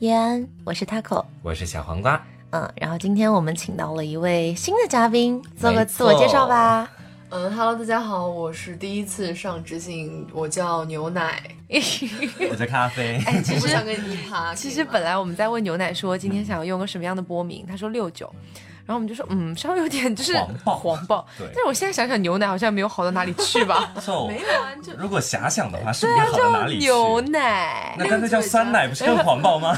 叶安，我是 Taco，我是小黄瓜。嗯，然后今天我们请到了一位新的嘉宾，做个自我介绍吧。嗯哈喽，大家好，我是第一次上知性，我叫牛奶。我叫咖啡。哎，其实想跟你一趴。其实本来我们在问牛奶说今天想要用个什么样的波名，他说六九，然后我们就说嗯，稍微有点就是黄暴黄暴。对但是我现在想想，牛奶好像没有好到哪里去吧？ So，没有啊，就如果遐想的话，是不啊是好到 哪里去？牛奶，那干脆叫酸奶，不是更 环保吗？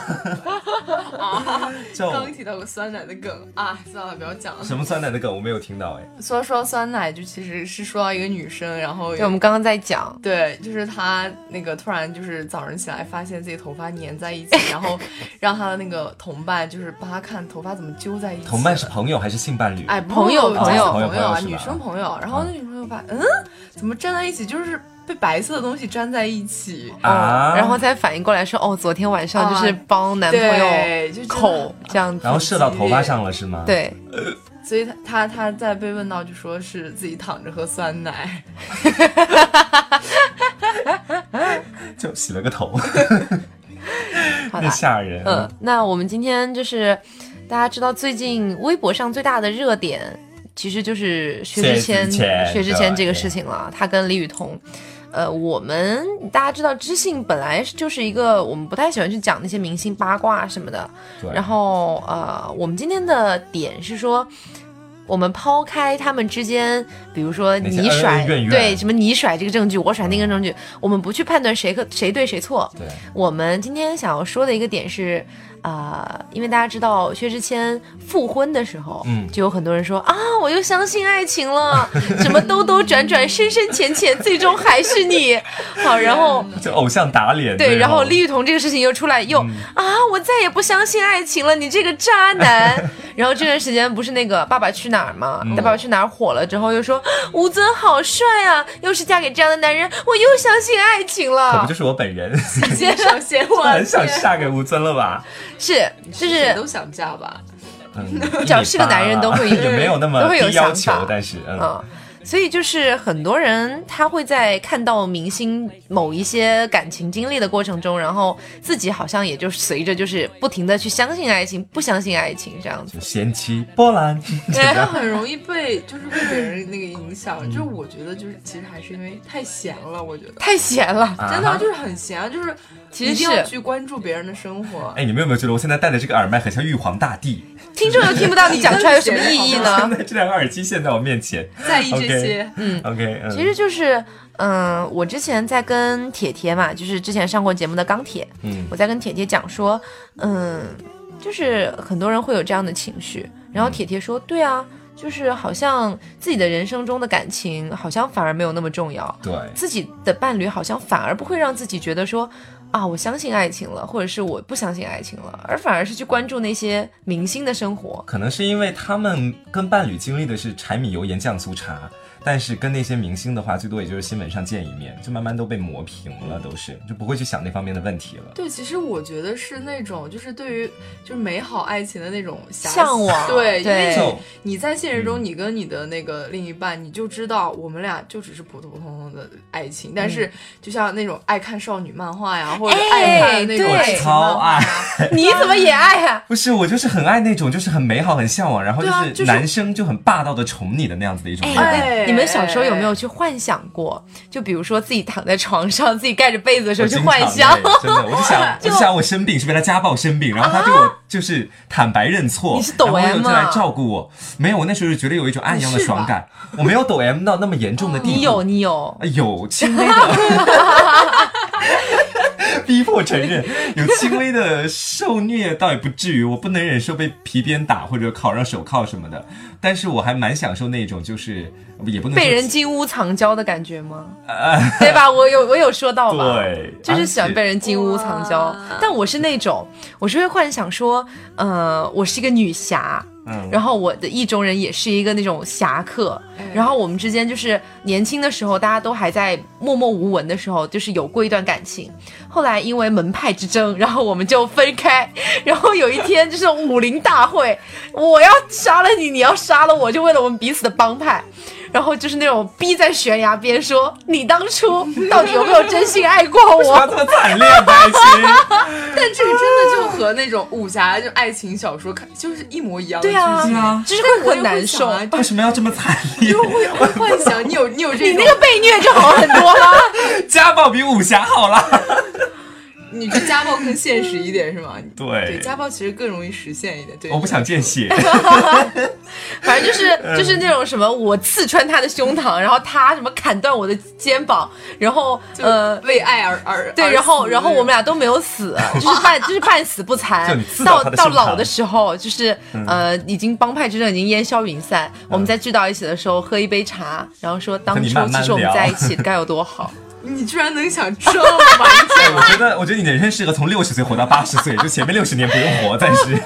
啊 就刚提到过酸奶的梗啊，算了，不要讲了。什么酸奶的梗我没有听到哎。说说酸奶，就其实是说到一个女生，然后对，我们刚刚在讲，对，就是她那个突然就是早上起来发现自己头发粘在一起，然 后让她的那个同伴就是帮她看头发怎么揪在一起的。同伴是朋友还是性伴侣？哎，朋友朋朋友朋友啊，朋友是吧女生朋友。然后那女生就发现，嗯，怎么粘在一起？就是被白色的东西粘在一起。啊，嗯哦然后才反应过来说哦，昨天晚上就是啊帮男朋友对，就真的口这样子，然后射到头发上了是吗？，对，所以他他他在被问到就说是自己躺着喝酸 奶，就洗了个头， 好真的，吓人。嗯，那我们今天就是大家知道，最近微博上最大的热点其实就是薛之谦薛之谦薛之谦这个对事情了，他跟李雨桐。呃，我们大家知道，知性本来是就是一个我们不太喜欢去讲那些明星八卦什么的。对，然后呃，我们今天的点是说，我们抛开他们之间，比如说那些你恩恩甩怨嗯怨对什么你甩这个证据，我甩那个证据，我们不去判断谁和谁对谁错，对，我们今天想要说的一个点是，呃，因为大家知道薛之谦复婚的时候，嗯就有很多人说啊，我又相信爱情了， 什么兜兜转转，深深浅浅，最终还是你。 好，然后。就偶像打脸。对，然后李立雨桐这个事情又出来，嗯又、啊，我再也不相信爱情了，你这个渣男。 然后这段时间不是那个《爸爸去哪儿》吗？嗯在《爸爸去哪儿》火了之后，又说吴尊好帅啊，要是嫁给这样的男人，我又相信爱情可了不。就是我本 人，接上写我很想嫁给吴尊了吧？是，就是谁都想嫁吧？嗯， 只要是个男人都会一米八就没有那么都会有低要想法求，但是嗯，嗯，所以就是很多人他会在看到明星某一些感情经历的过程中，然后自己好像也就随着就是不停的去相信爱情，不相信爱情这样子。就嫌弃波 兰， 啊他很容易被就是被别人那个影响，嗯就是我觉得就是其实还是因为太闲了，我觉得。太闲了，真的就是很闲啊，就是其实一定要是去关注别人的生活。哎，你们有没有觉得我现在戴的这个耳麦很像玉皇大帝？听众又听不到你讲出来有什么意义呢 啊现？在这两个耳机现在我面前。在意这些， OK，嗯，其实就是，嗯、我之前在跟铁铁嘛，就是之前上过节目的钢铁，嗯我在跟铁铁讲说，嗯，就是很多人会有这样的情绪，然后铁铁说，对啊，就是好像自己的人生中的感情好像反而没有那么重要，对，自己的伴侣好像反而不会让自己觉得说啊，我相信爱情了，或者是我不相信爱情了，而反而是去关注那些明星的生活。 可能是因为他们跟伴侣经历的是柴米油盐酱醋茶，但是跟那些明星的话，最多也就是新闻上见一面，就慢慢都被磨平了，都是就不会去想那方面的问题了。对，其实我觉得是那种，就是对于就是美好爱情的那种遐向往对，因为对就你在现实嗯中，你跟你的那个另一半，你就知道我们俩就只是普普通通的爱情。但嗯是，就像那种爱看少女漫画呀，或者爱看那种哎对爱情漫画呀，你怎么也爱啊？不是，我就是很爱那种，就是很美好、很向往，然后就对啊就是是男生就很霸道的宠你的那样子的一种人。哎你们小时候有没有去幻想过？就比如说自己躺在床上，自己盖着被子的时我候去经幻常哎想，对真的，我就 想，我就想我生病是被他家暴生病，然后他对我就是坦白认错，啊你是抖 M 啊然后又来照顾我。没有，我那时候就觉得有一种暗阳的爽感，我没有抖 M 到那么严重的地步。你有你有，哎有轻微的， 逼迫承认有轻微的受虐，倒也不至于，我不能忍受被皮鞭打或者考上手铐什么的，但是我还蛮享受那种就是也不 能说被人金屋藏娇的感觉吗？对吧？我有我有说到吧？对，就是喜欢被人人金屋藏娇哇，但我是那种，我是会幻想说，呃，我是一个女侠，嗯然后我的意中人也是一个那种侠客，嗯然后我们之间就是年轻的时候，大家都还在默默无闻的时候，就是有过一段感情。后来因为门派之争，然后我们就分开。然后有一天就是武林大会，我要杀了你，你要杀了我，就为了我们彼此的帮派。然后就是那种逼在悬崖边说你当初到底有没有真心爱过为什么我？要 这么惨烈的爱情？但这个真的就和那种武侠就爱情小说看就是一模一样的对啊剧情啊，就是但会我很也难受。想啊为什么要这么惨烈？就会会幻想你有你有这你种那个被虐就好很多啦。家暴比武侠好啦。你这家暴更现实一点是吗？对对，家暴其实更容易实现一点。对，哎我不想见 血，反正就是嗯就是那种什么，我刺穿他的胸膛，然后他什么砍断我的肩膀，然后就呃。为爱而而对，而然后，死然后我们俩都没有 死，就是半，就是半死 不就残你刺。到到他的到胸老膛嗯的时候，就是呃，已经帮派之争已经烟消云散。我们在聚到一起的时候，喝一杯茶，然后说当和你初慢慢其实我们聊在一起该有多好。你居然能想这么完整，我觉得，我觉得你的人生适合从六十岁活到八十岁，就前面六十年不用活，暂 时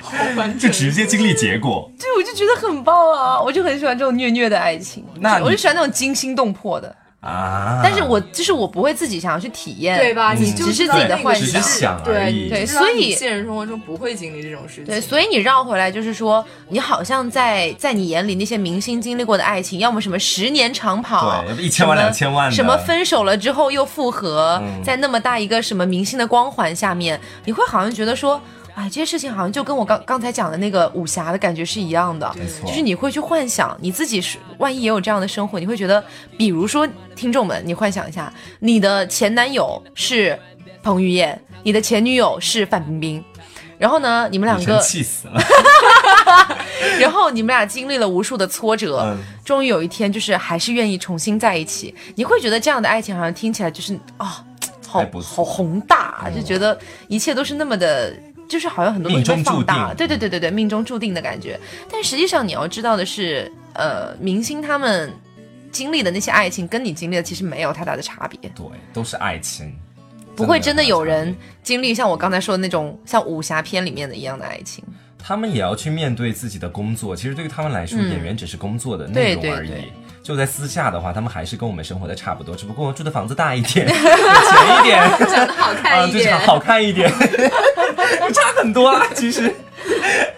好完 就整。直接经历结果。 对，我就觉得很棒啊！我就很喜欢这种虐虐的爱情，那就我你就喜欢那种惊心动魄的。啊！但是我就是我不会自己想要去体验，对吧？你就只是知道自己的那个幻只是想想而对已对你知道所你以现实生活中不会经历这种事情。对，所以你绕回来就是说，你好像在在你眼里那些明星经历过的爱情，要么什么十年长跑，对一千万什么2000万的嗯什么分手了之后又复合，在那么大一个什么明星的光环下面，你会好像觉得说，哎，这些事情好像就跟我刚刚才讲的那个武侠的感觉是一样的，没错就是你会去幻想你自己是万一也有这样的生活，你会觉得，比如说听众们，你幻想一下，你的前男友是彭于晏，你的前女友是范冰冰。然后呢，你们两女个生气 死了， 然后你们俩经历了无数的挫折，嗯终于有一天就是还是愿意重新在一起。你会觉得这样的爱情好像听起来就是啊、好还不错嗯好宏大、啊就觉得一切都是那么的。就是好像很多东西被放大，命中注定对对对对对，命中注定的感觉。但实际上你要知道的是，呃，明星他们经历的那些爱情，跟你经历的其实没有太大的差别。对，都是爱情，不会真真的的有人经历像我刚才说的那种像武侠片里面的一样的爱情。他们也要去面对自己的工作。其实对于他们来说，演员只是工作的内嗯容对对而已。对就在私下的话，他们还是跟我们生活的差不多，只不过住的房子大一 点，有钱一点， 长得好啊，看一就点是，好看 一点，差很多啊。其实，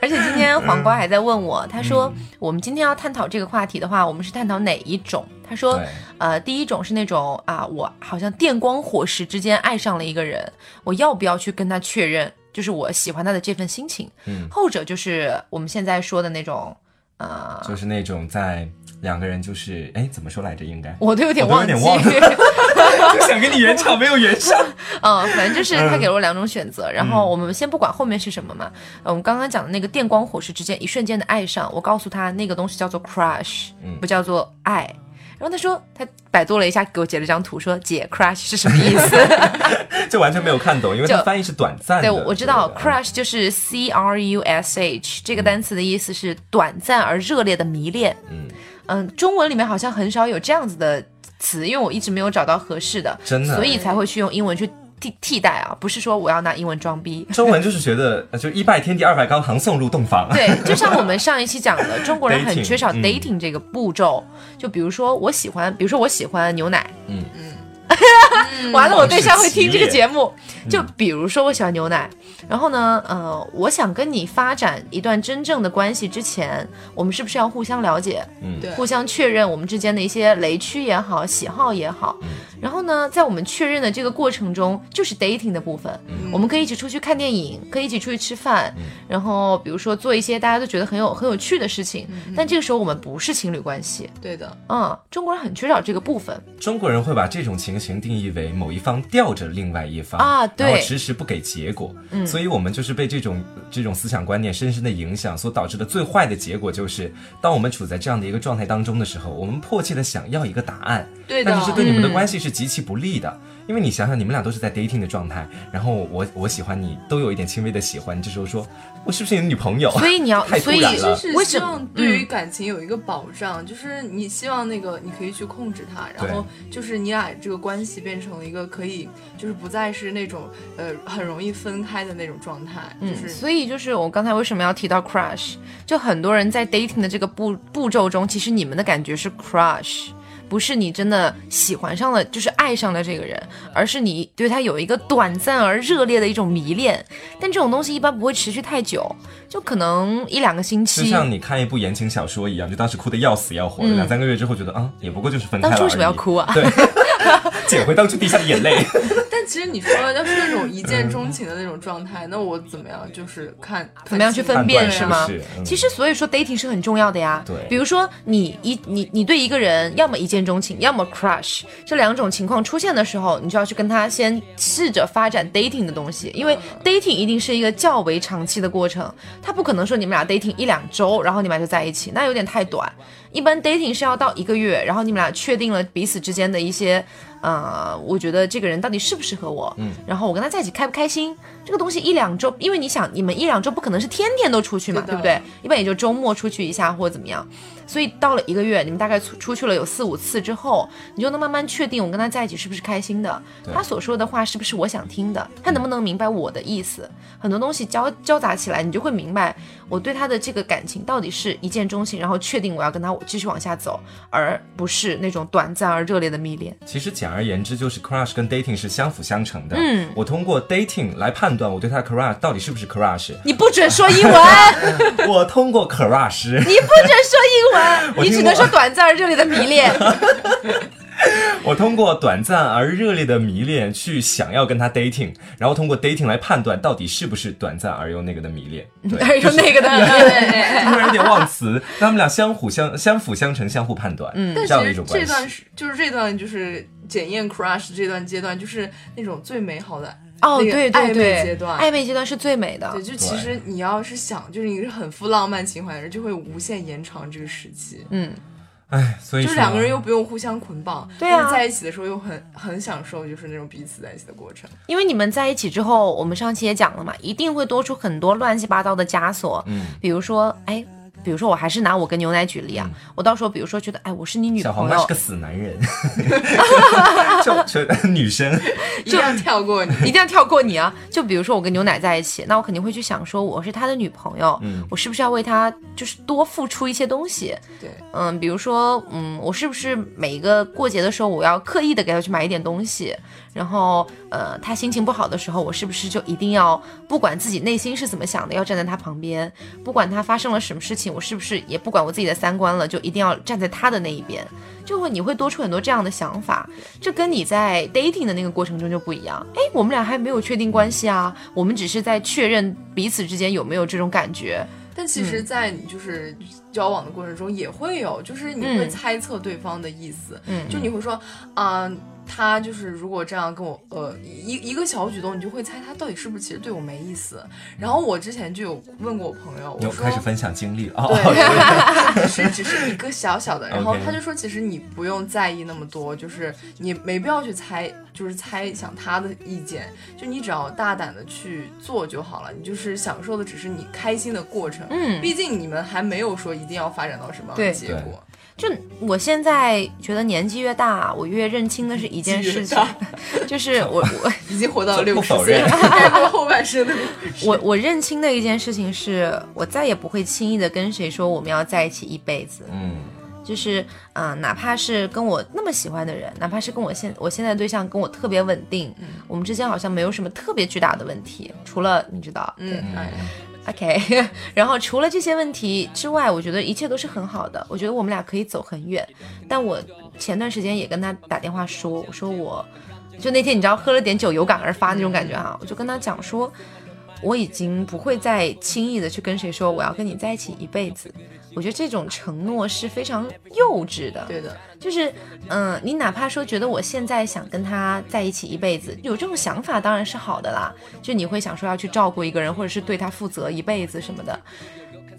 而且今天黄嗯瓜还在问我，他说我们今天要探讨这个话题的话，我们是探讨哪一种？他说对，呃，第一种是那种啊，我好像电光火石之间爱上了一个人，我要不要去跟他确认，就是我喜欢他的这份心情？嗯后者就是我们现在说的那种，呃，就是那种在两个人就是哎，怎么说来着？应该我都有点我都忘有记，点忘 就想跟你圆场，没有圆上。嗯，反正就是他给了我两种选择，然后嗯我们先不管后面是什么嘛。呃我们刚刚讲的那个电光火石之间一瞬间的爱上，我告诉他那个东西叫做 crush，嗯不叫做爱。然后他说他百度了一下，给我截了张图，说姐 crush 是什么意思？ 就完全没有看懂，因为就它翻译是短暂的。 对，我知道对不对 crush 就是 c r u s h 这个单词的意思是短暂而热烈的迷恋。嗯嗯，中文里面好像很少有这样子的词，因为我一直没有找到合适的，真的所以才会去用英文去替替代啊，不是说我要拿英文装逼。中文就是觉得，呃就一拜天地，二拜高堂，送入洞房。对，就像我们上一期讲的，中国人很 Dating，缺少嗯 dating 这个步骤。就比如说，我喜欢，比如说我喜欢牛奶，嗯嗯， 完了，我对象会听这个节目。嗯就比如说我喜欢牛奶，然后呢，呃，我想跟你发展一段真正的关系之前，我们是不是要互相了解？嗯，对互相确认我们之间的一些雷区也好，喜好也好。然后呢，在我们确认的这个过程中，就是 dating 的部分，我们可以一起出去看电影，可以一起出去吃饭，然后比如说做一些大家都觉得很有很有趣的事情。但这个时候我们不是情侣关系，对的，嗯，中国人很缺少这个部分。中国人会把这种情形定义为某一方吊着另外一方啊对嗯然后迟迟不给结果，所以我们就是被这种这种思想观念深深的影响，所导致的最坏的结果就是，当我们处在这样的一个状态当中的时候，我们迫切的想要一个答案，对的但是这对你们的关系是极其不利的，因为你想想，你们俩都是在 dating 的状态，然后我我喜欢你，都有一点轻微的喜欢，你这时候说我是不是你的女朋友？所以你要 太，所以突然了是为希什望么？对于感情有一个保障，就是你希望那个你可以去控制它，然后就是你俩这个关系变成了一个可以，就是不再是那种呃很容易分开的那种状态，就是嗯所以就是我刚才为什么要提到 crush，就很多人在 dating 的这个步步骤中，其实你们的感觉是 crush，不是你真的喜欢上了，就是爱上了这个人，而是你对他有一个短暂而热烈的一种迷恋。但这种东西一般不会持续太久，就可能一两个星就期。像你看一部言情小说一样，就当时哭的要死要活的，两三个月之后觉得啊，也不过就是分开嗯当了。初为什么要？哭啊？对， 捡回当初滴下的 眼泪。但其实你说要是那种一见钟情的那种状态，那我怎么样？就是看怎么样去分判辨断是是不吗是？嗯其实所以说 dating 是很重要的呀。对比如说你一你你对一个人，要么一见钟情，要么 crush，这两种情况出现的时候，你就要去跟他先试着发展 dating 的东西，因嗯为 dating 一定是一个较为长期的过程，他不可能说你们俩 dating 一两周，然后你们俩就在一起，那有点太短。一般 dating 是要到一个月，然后你们俩确定了彼此之间的一些，呃，我觉得这个人到底适不适合我，嗯，然后我跟他在一起开不开心，这个东西一两周，因为你想，你们一两周不可能是天天都出去嘛，对的对不对？一般也就周末出去一下或者怎么样，所以到了一个月，你们大概出出去了有四五次之后，你就能慢慢确定我跟他在一起是不是开心的，对他所说的话是不是我想听的，他能不能明白我的意思，很多东西交交杂起来，你就会明白我对他的这个感情到底是一见钟情，然后确定我要跟他继续往下走，而不是那种短暂而热烈的迷恋。其实简而言之，就是 crush 跟 dating 是相辅相成的。嗯我通过 dating 来判断我对他的 crush 到底是不是 crush。 你不准说英文，我通过 crush， 你不准说英文，我你只听能过说短暂而热烈的迷 恋。我通过短暂而热烈的迷恋去想要跟他 dating，然后通过 dating 来判断到底是不是短暂而又那个的迷恋。 对，还有那个的迷恋，突然有点忘词，那他们俩相互相相辅相成，相互判断，嗯但这样的一其种实关这段系。是就是这段就是检验 crush 这段阶段，就是那种最美好的哦，那个对对暧昧对，阶段。暧昧阶段是最美的对，。就其对实你要是想，就是你是很富浪漫情怀的人，就会无限延长这个时期。嗯，哎，所以就说是两个人又不用互相捆绑，对啊但是在一起的时候又很很享受，就是那种彼此在一起的过程。因为你们在一起之后，我们上期也讲了嘛，一定会多出很多乱七八糟的枷锁。嗯，比如说，哎，比如说我还是拿我跟牛奶举例啊，我到时候比如说觉得，哎，我是你女小黄朋瓜是友个，死男 人，就全女生一定要跳过你。 一定要跳过你啊！就比如说我跟牛奶在一起，那我肯定会去想说我是他的女朋友，嗯我是不是要为他就是多付出一些东西？对，嗯，比如说，嗯，我是不是每一个过节的时候，我要刻意的给他去买一点东西？然后，呃，他心情不好的时候，我是不是就一定要不管自己内心是怎么想的，要站在他旁边？不管他发生了什么事情，我是不是也不管我自己的三观了，就一定要站在他的那一边？就会你会多出很多这样的想法，这跟你在 dating 的那个过程中就不一样。哎，我们俩还没有确定关系啊，我们只是在确认彼此之间有没有这种感觉。但其实，在你就是交往的过程中，也会有，就是你会嗯猜测对方的意思，嗯就你会说，啊、他就是如果这样跟我，呃，一一个小举动，你就会猜他到底是不是其实对我没意思。然后我之前就有问过我朋友，我又说开，始分享经历哦。 对，其 实只是一个小小的，然后 OK 他就说，其实你不用在意那么多，就是你没必要去猜，就是猜想他的意见，就你只要大胆的去做就好了，你就是享受的只是你开心的过程，嗯，毕竟你们还没有说一定要发展到什么样对的结果。就我现在觉得年纪越大，我越认清的是一件事情年纪，就是我我 已经活到不六十否岁，认该过后半 生的路。我我认清的一件事情是，我再也不会轻易的跟谁说我们要在一起一辈子。 嗯，就是嗯、呃哪怕是跟我那么喜欢的人，哪怕是跟我现我现在对象跟我特别稳定，嗯我们之间好像没有什么特别巨大的问题，除了你知道，对嗯，哎， OK，然 后除了这些问题之外，我觉得一切都是很好的。我觉得我们俩可以走很远。但我前段时间也跟他打电话说，我说我就那天你知道喝了点酒有感而发那种感觉啊，我就跟他讲说，我已经不会再轻易的去跟谁说我要跟你在一起一辈子。我觉得这种承诺是非常幼稚的，对的，就是，嗯、你哪怕说觉得我现在想跟他在一起一辈子，有这种想法当然是好的啦。就你会想说要去照顾一个人，或者是对他负责一辈子什么的，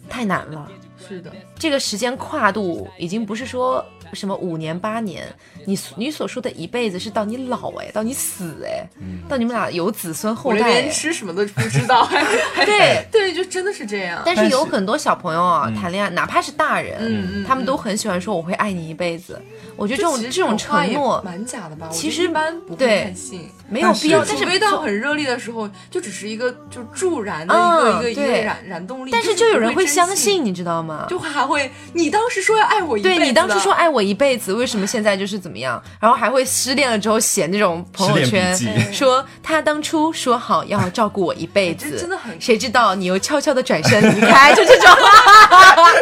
太难了。是的，这个时间跨度已经不是说什么五年八年，你你所说的一辈子是到你老哎，到你死哎，到你们俩有子孙我后代连哎。吃什么都不知 道，还还对对，就真的哎是这样。但但是有是很多小朋友啊，谈恋爱，哪怕是大人，嗯嗯他们都很喜欢说我会爱你一辈子。我觉得这种其这实种话承也诺蛮假的吧？其我觉实得一般不会对太信。没有但是必要，除但是除非到很热烈的时候，就只是一个就助燃的一嗯个、一个一个对燃燃动力。但是就就有人会会真相信，你知道吗？就还会你当时说要爱我一辈子对的，你当初说爱我我一辈子，为什么现在就是怎么样？然后还会失恋了之后写那种朋友圈失恋笔，说他当初说好要照顾我一辈子，哎这真的很谁知道你又悄悄的转身离开，就这 种。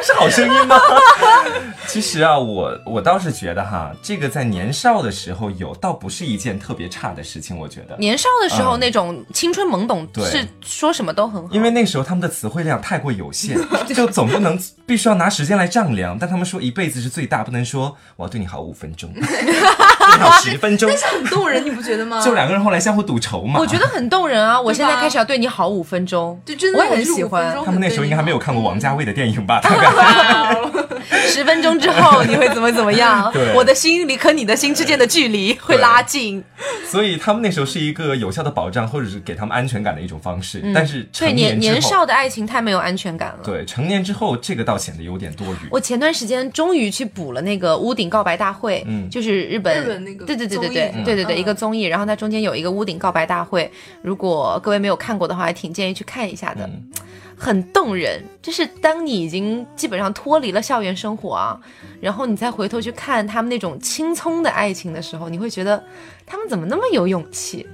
是好声音吗？ 其实啊，我我倒是觉得哈，这个在年少的时候有，倒不是一件特别差的事情。我觉得，年少的时候那种青春懵懂，嗯对是说什么都很好。因为那时候他们的词汇量太过有限， 就总不能必须要拿时间来丈量。但他们说一辈子是最大，不能说我要对你好五分 钟，对你好十分钟，很动人，你不觉得 吗？就两个人后来相互赌仇嘛。我觉得很动人啊！我现在对吧开始要对你好五分钟，对真的我也很就是喜五分欢钟。他们那时候应该还没有看过王家卫的电影吧？大概。 十分钟之后你会怎么怎么样对？我的心离和你的心之间的距离会拉近。所以他们那时候是一个有效的保障，或者是给他们安全感的一种方式。但是对成年之后，年少的爱情太没有安全感了。对成年之后，这个倒显得有点多余。我前段时间终于去补了那个《屋顶告白大会》，嗯就是日本日本那个对对对对综艺对嗯对对对、嗯一个综艺，然后它中间有一个屋顶告白大会，如果各位没有看过的话，还挺建议去看一下的，嗯很动人。就是当你已经基本上脱离了校园生活啊，然后你再回头去看他们那种青葱的爱情的时候，你会觉得他们怎么那么有勇气？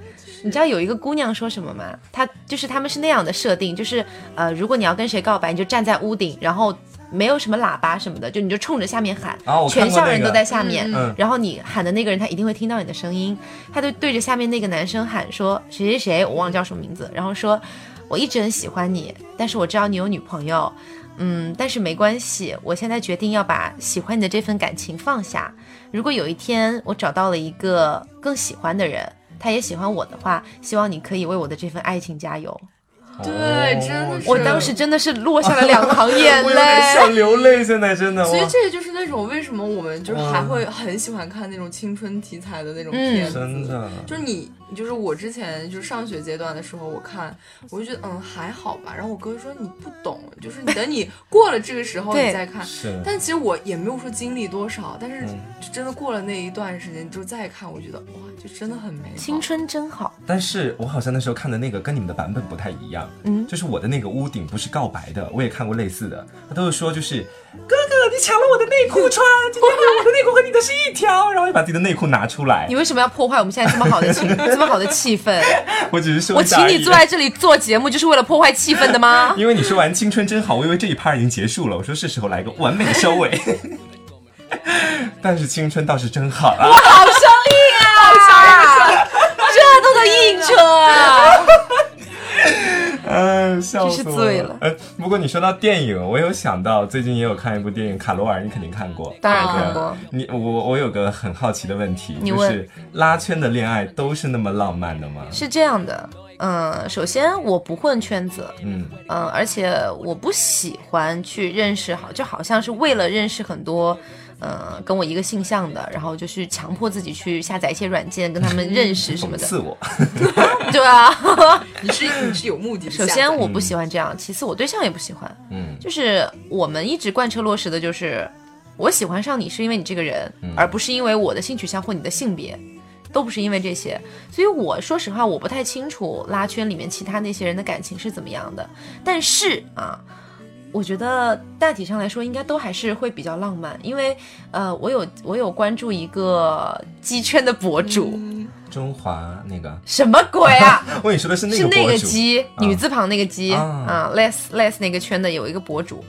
你知道有一个姑娘说什么吗？她就是他们是那样的设定，就是呃，如果你要跟谁告白，你就站在屋顶，然后没有什么喇叭什么的，就你就冲着下面喊，啊我看全过校那人个都在下面，嗯然后你喊的那个人他一定会听到你的声音，他就对着下面那个男生喊说谁谁谁，我忘了叫什么名字，然后说我一直很喜欢你，但是我知道你有女朋友。嗯，但是没关系，我现在决定要把喜欢你的这份感情放下。如果有一天我找到了一个更喜欢的人，他也喜欢我的话，希望你可以为我的这份爱情加油。对真的是我当时真的是落下了两行眼哦 我有点泪。想流泪，现在真的。所以哇这也就是那种为什么我们就是还会很喜欢看那种青春题材的那种嗯片子，真的就是你，就是我之前就是上学阶段的时候，我看我就觉得嗯还好吧，然后我哥说你不懂，就是你等你过了这个时候对你再看。是但其实我也没有说经历多少，但是就真的过了那一段时间，就再看，我觉得哇，就真的很美好。青春真好，但是我好像那时候看的那个跟你们的版本不太一样，嗯，就是我的那个屋顶不是告白的，我也看过类似的，他都是说就是哥哥你抢了我的内裤穿，今天我的内裤和你的是一条，然后就把自己的内裤拿出来你，为什么要破坏我们现在这么好的情这么好的气氛？我只是说 我请你坐而在这里做节目，就是为了破坏气氛的吗已，？因为你说完青春真好，我以为这一 part 已经结束了，我说是时候来个完美的收尾， 但是青春倒是真好 啊。好生硬啊！这都能硬扯，啊嗯，笑真死是我醉了呃，不过你说到电影，我有想到最近也有看一部电影《卡罗尔》，你肯定看过。当然对看过。你我我有个很好奇的问题，你就问是拉圈的恋爱都是那么浪漫的吗？是这样的。嗯，首先我不混圈子，嗯，嗯，而且我不喜欢去认识好，就好像是为了认识很多，呃，跟我一个性向的，然后就去强迫自己去下载一些软件跟他们认识什么讽的，刺我。对啊。你是你是有目的的下首载。先我不喜欢这样，其次我对象也不喜欢，嗯，就是我们一直贯彻落实的就是，我喜欢上你是因为你这个人，而不是因为我的性取向或你的性别。都不是因为这些，所以我说实话，我不太清楚拉圈里面其他那些人的感情是怎么样的。但是啊，我觉得大体上来说，应该都还是会比较浪漫，因为呃，我有我有关注一个鸡圈的博主，嗯中华那个，什么鬼啊？我跟你说的是那是个那博个主。鸡，女字旁那个鸡啊啊，less less 那个圈的有一个博主，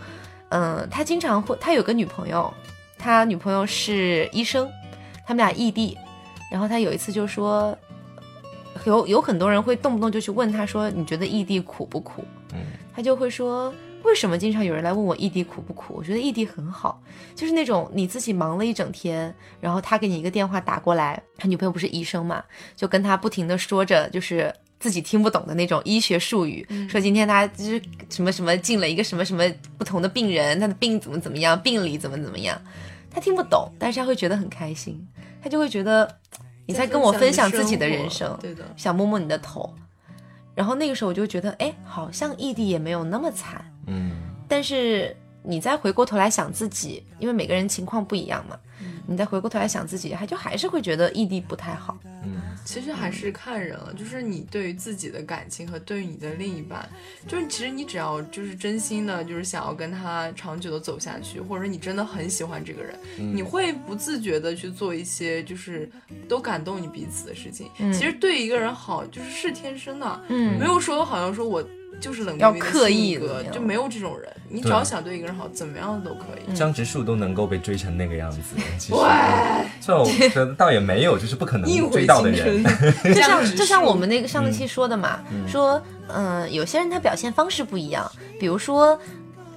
嗯，他经常会，他有个女朋友，他女朋友是医生，他们俩异地，然后他有一次就说，有有很多人会动不动就去问他说，你觉得异地苦不苦？嗯他就会说。为什么经常有人来问我异地苦不苦？我觉得异地很好，就是那种你自己忙了一整天，然后他给你一个电话打过来，他女朋友不是医生嘛，就跟他不停的说着，就是。自己听不懂的那种医学术语，说今天他就是什么什么进了一个什么什么不同的病人，他的病怎么怎么样，病理怎么怎么样，他听不懂，但是他会觉得很开心，他就会觉得你在跟我分享自己的人生，对的，想摸摸你的头，然后那个时候我就觉得，哎，好像异地也没有那么惨，嗯，但是你再回过头来想自己，因为每个嗯人情况不一样嘛，你再回过头来想自己，还就还是会觉得异地不太好。嗯其实还是看人了，就是你对于自己的感情和对于你的另一半，就是其实你只要就是真心的，就是想要跟他长久的走下去，或者说你真的很喜欢这个人，你会不自觉的去做一些就是都感动你彼此的事情。其实对一个人好，就是是天生的，嗯没有说好像说我就是冷要冰冰的刻意性格怎么样就没有这种人。你只对要想对一个人好，怎么样都可嗯以。张植树都能够被追成那个样子，其实对，就觉得倒也没有，就是不可一能追回到的青人，春，就像这样子就像我是们那个上一期说的嘛，说嗯、呃有些人他表现方式不一样，比如说。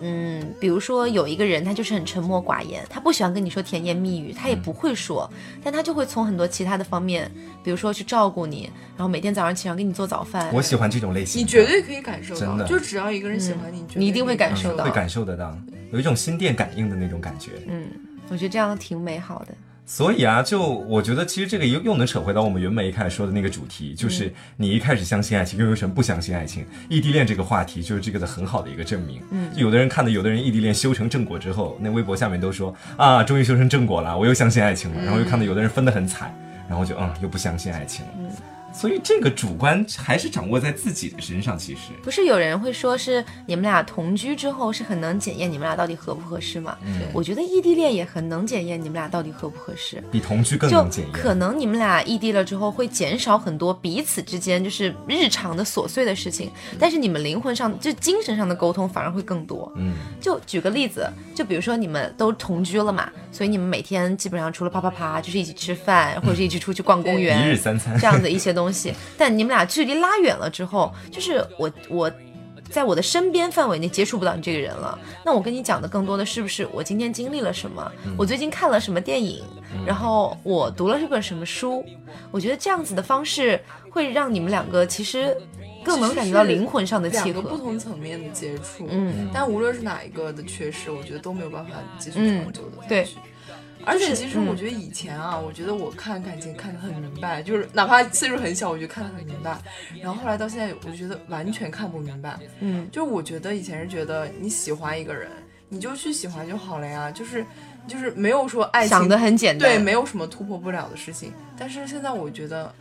嗯，比如说有一个人，他就是很沉默寡言，他不喜欢跟你说甜言蜜语，他也不会说，但他就会从很多其他的方面，比如说去照顾你，然后每天早上起床给你做早饭，我喜欢这种类型的，你绝对可以感受真到，的就只要一个人喜欢你，嗯你一定会感受到嗯会感受得到，有一种心电感应的那种感觉。嗯，我觉得这样挺美好的。所以啊，就我觉得其实这个又又能扯回到我们原本一开始说的那个主题，就是你一开始相信爱情，又为什么不相信爱情？异地恋这个话题就是这个的很好的一个证明。嗯，有的人看到有的人异地恋修成正果之后，那微博下面都说啊，终于修成正果了，我又相信爱情了。然后又看到有的人分得很惨，然后就嗯，又不相信爱情了。所以这个主观还是掌握在自己的身上，其实。不是有人会说是你们俩同居之后是很能检验你们俩到底合不合适吗？嗯我觉得异地恋也很能检验你们俩到底合不合适。比同居更就能检验，可能你们俩异地了之后，会减少很多彼此之间就是日常的琐碎的事情，但是你们灵魂上就精神上的沟通反而会更多。嗯，就举个例子，就比如说你们都同居了嘛，所以你们每天基本上除了啪啪啪，就是一起吃饭，或者是一起出去逛公园，一日三餐这样的一些东西。但你们俩距离拉远了之后，就是我我。在我的身边范围内接触不到你这个人了，那我跟你讲的更多的是不是我今天经历了什么，我最近看了什么电影，然后我读了这本什么书？我觉得这样子的方式会让你们两个其实更能感觉到灵魂上的契两个合。不同层面的接触，嗯，但无论是哪一个的缺失，我觉得都没有办法继续嗯长久的、对。而且其实嗯我觉得以前啊，我觉得我看感情看得很明白，就是哪怕岁数很小，我就看得很明白。然后后来到现在，我就觉得完全看不明白。嗯，就是我觉得以前是觉得你喜欢一个人，你就去喜欢就好了呀，就是就是没有说爱情想的很简单，对，没有什么突破不了的事情。但是现在我觉得，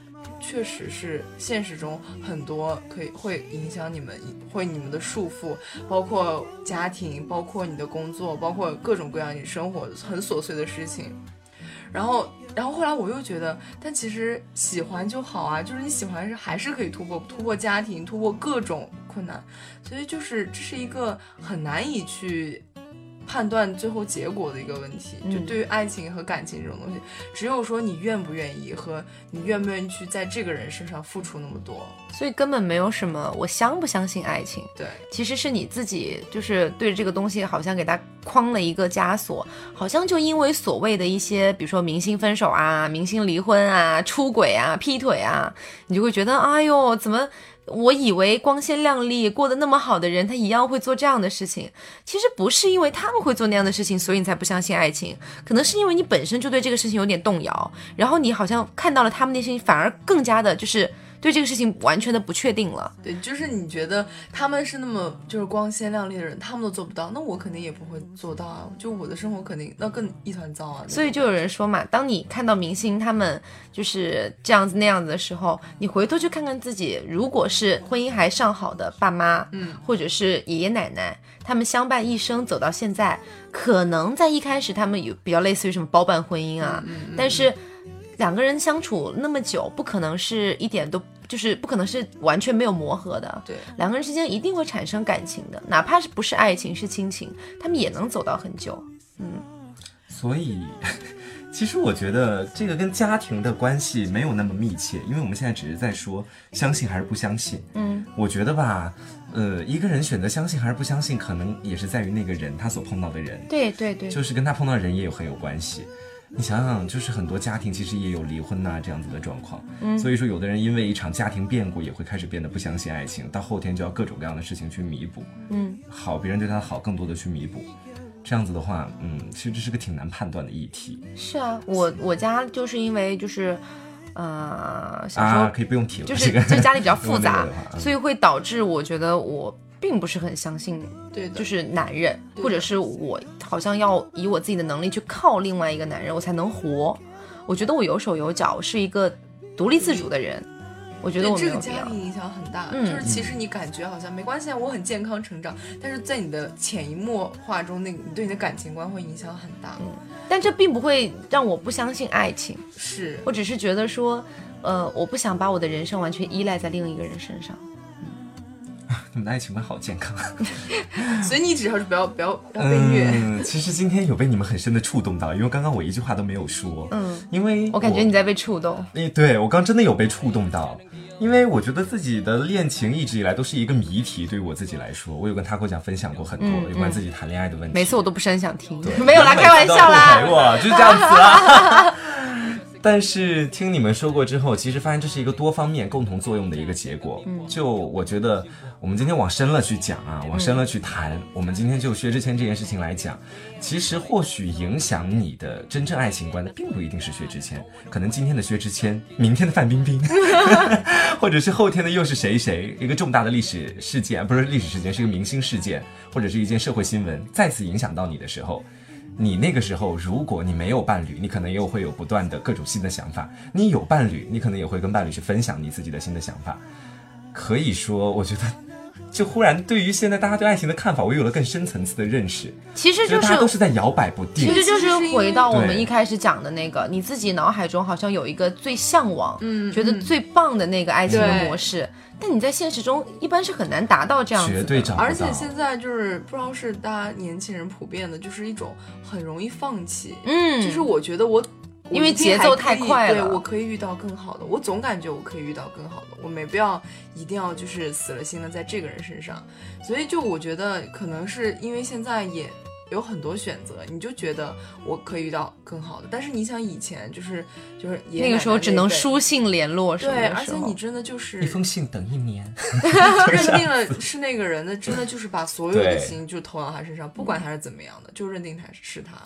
确实是现实中很多可以会影响你们，会你们的束缚，包括家庭，包括你的工作，包括各种各样你生活很琐碎的事情。然后，然后后来我又觉得，但其实喜欢就好啊，就是你喜欢是还是可以突破，突破家庭，突破各种困难，所以就是这是一个很难以去判断最后结果的一个问题。就嗯对于爱情和感情这种东西，只有说你愿不愿意和你愿不愿意去在这个人身上付出那么多。所以根本没有什么我相不相信爱情。对，其实是你自己就是对这个东西好像给它框了一个枷锁，好像就因为所谓的一些，比如说明星分手啊、明星离婚啊、出轨啊、劈腿啊，你就会觉得，哎呦，怎么我以为光鲜亮丽、过得那么好的人，他一样会做这样的事情？其实不是因为他们会做那样的事情，所以你才不相信爱情，可能是因为你本身就对这个事情有点动摇，然后你好像看到了他们那些，反而更加的就是对这个事情完全的不确定了。对，就是你觉得他们是那么就是光鲜亮丽的人，他们都做不到，那我肯定也不会做到啊！就我的生活肯定那更一团糟啊！所以就有人说嘛，当你看到明星他们就是这样子那样子的时候，你回头去看看自己，如果是婚姻还尚好的爸妈，嗯，或者是爷爷奶奶，他们相伴一生走到现在，可能在一开始他们有比较类似于什么包办婚姻啊，嗯但是两个人相处那么久，不可能是一点都就是不可能是完全没有磨合的，对，两个人之间一定会产生感情的，哪怕是不是爱情是亲情，他们也能走到很久。所以， 其实我觉得这个跟家庭的关系没有那么密切，因为我们现在只是在说相信还是不相信。嗯，我觉得吧，呃，一个人选择相信还是不相信，可能也是在于那个人他所碰到的人，对对对就是跟他碰到的人也有很有关系。你想想，就是很多家庭其实也有离婚呐、这样子的状况，嗯所以说有的人因为一场家庭变故也会开始变得不相信爱情，到后天就要各种各样的事情去弥补，嗯，好别人对他的好更多的去弥补，这样子的话，嗯，其实这是个挺难判断的议题是啊，我我家就是因为就是，呃，小时候、啊，可以不用提了，就是这个就家 里比较复如果那杂个的话，嗯所以会导致我觉得我并不是很相信，对的，就是男人，对或者是我好像要以我自己的能力去靠另外一个男人，我才能活。我觉得我有手有脚，是一个独立自主的人，我觉得对我没这个有必家要。庭影响很大，嗯就是其实你感觉好像没关系啊，我很健康成长，但是在你的潜移默化中，那个你对你的感情观会影响很大。但这并不会让我不相信爱情，是，我只是觉得说，呃，我不想把我的人生完全依赖在另一个人身上。你们嗯的爱情观好健康。所以你只要是不要不要不要被虐。嗯，其实今天有被你们很深的触动到，因为刚刚我一句话都没有说。嗯，因为我感觉你在被触动。诶，哎对我刚真的有被触动到，因为我觉得自己的恋情一直以来都是一个谜题，对于我自己来说，我有跟 Taco 讲分享过很多有关自己谈恋爱的问题。嗯每次我都不是很想听，对 没有啦，开玩笑每次都 不陪啦。我就是这样子啦。 但是听你们说过之后，其实发现这是一个多方面共同作用的一个结果。嗯就我觉得，我们今天往深了去讲啊，往深了去谈。我们今天就薛之谦这件事情来讲，其实或许影响你的真正爱情观的，并不一定是薛之谦，可能今天的薛之谦，明天的范 冰 冰，或者是后天的又是谁谁，一个重大的历史事件，不是历史事件，是一个明星事件，或者是一件社会新闻，再次影响到你的时候，你那个时候，如果你没有伴侣，你可能又会有不断的各种新的想法；你有伴侣，你可能也会跟伴侣去分享你自己的新的想法。可以说，我觉得，就忽然对于现在大家对爱情的看法，我有了更深层次的认识。其实觉就得大家都是，是在摇摆不其定。实就是回到我对们一开始讲的那个，你自己脑海中好像有一个最向往、嗯觉得嗯最棒的那个爱情的对模式，但你在现实中一般是很难达到这样子的。绝对找不到。而且现在就是不知道是大家年轻人普遍的，就是一种很容易放弃。嗯，就是我觉得我，我因为一定节还奏可太以快对了我可以遇到更好的。我总感觉我可以遇到更好的，我没必要一定要就是死了心的在这个人身上。所以就我觉得可能是因为现在也。有很多选择，你就觉得我可以遇到更好的，但是你想以前就是就是爷爷那个奶时候奶只那一能辈书信联络什么对，的而时且候你真的就是一封信等一年， 认定了是那个人的，真的就是把所有对的心就投到他身上，不管他是怎么样的，就认定他是他。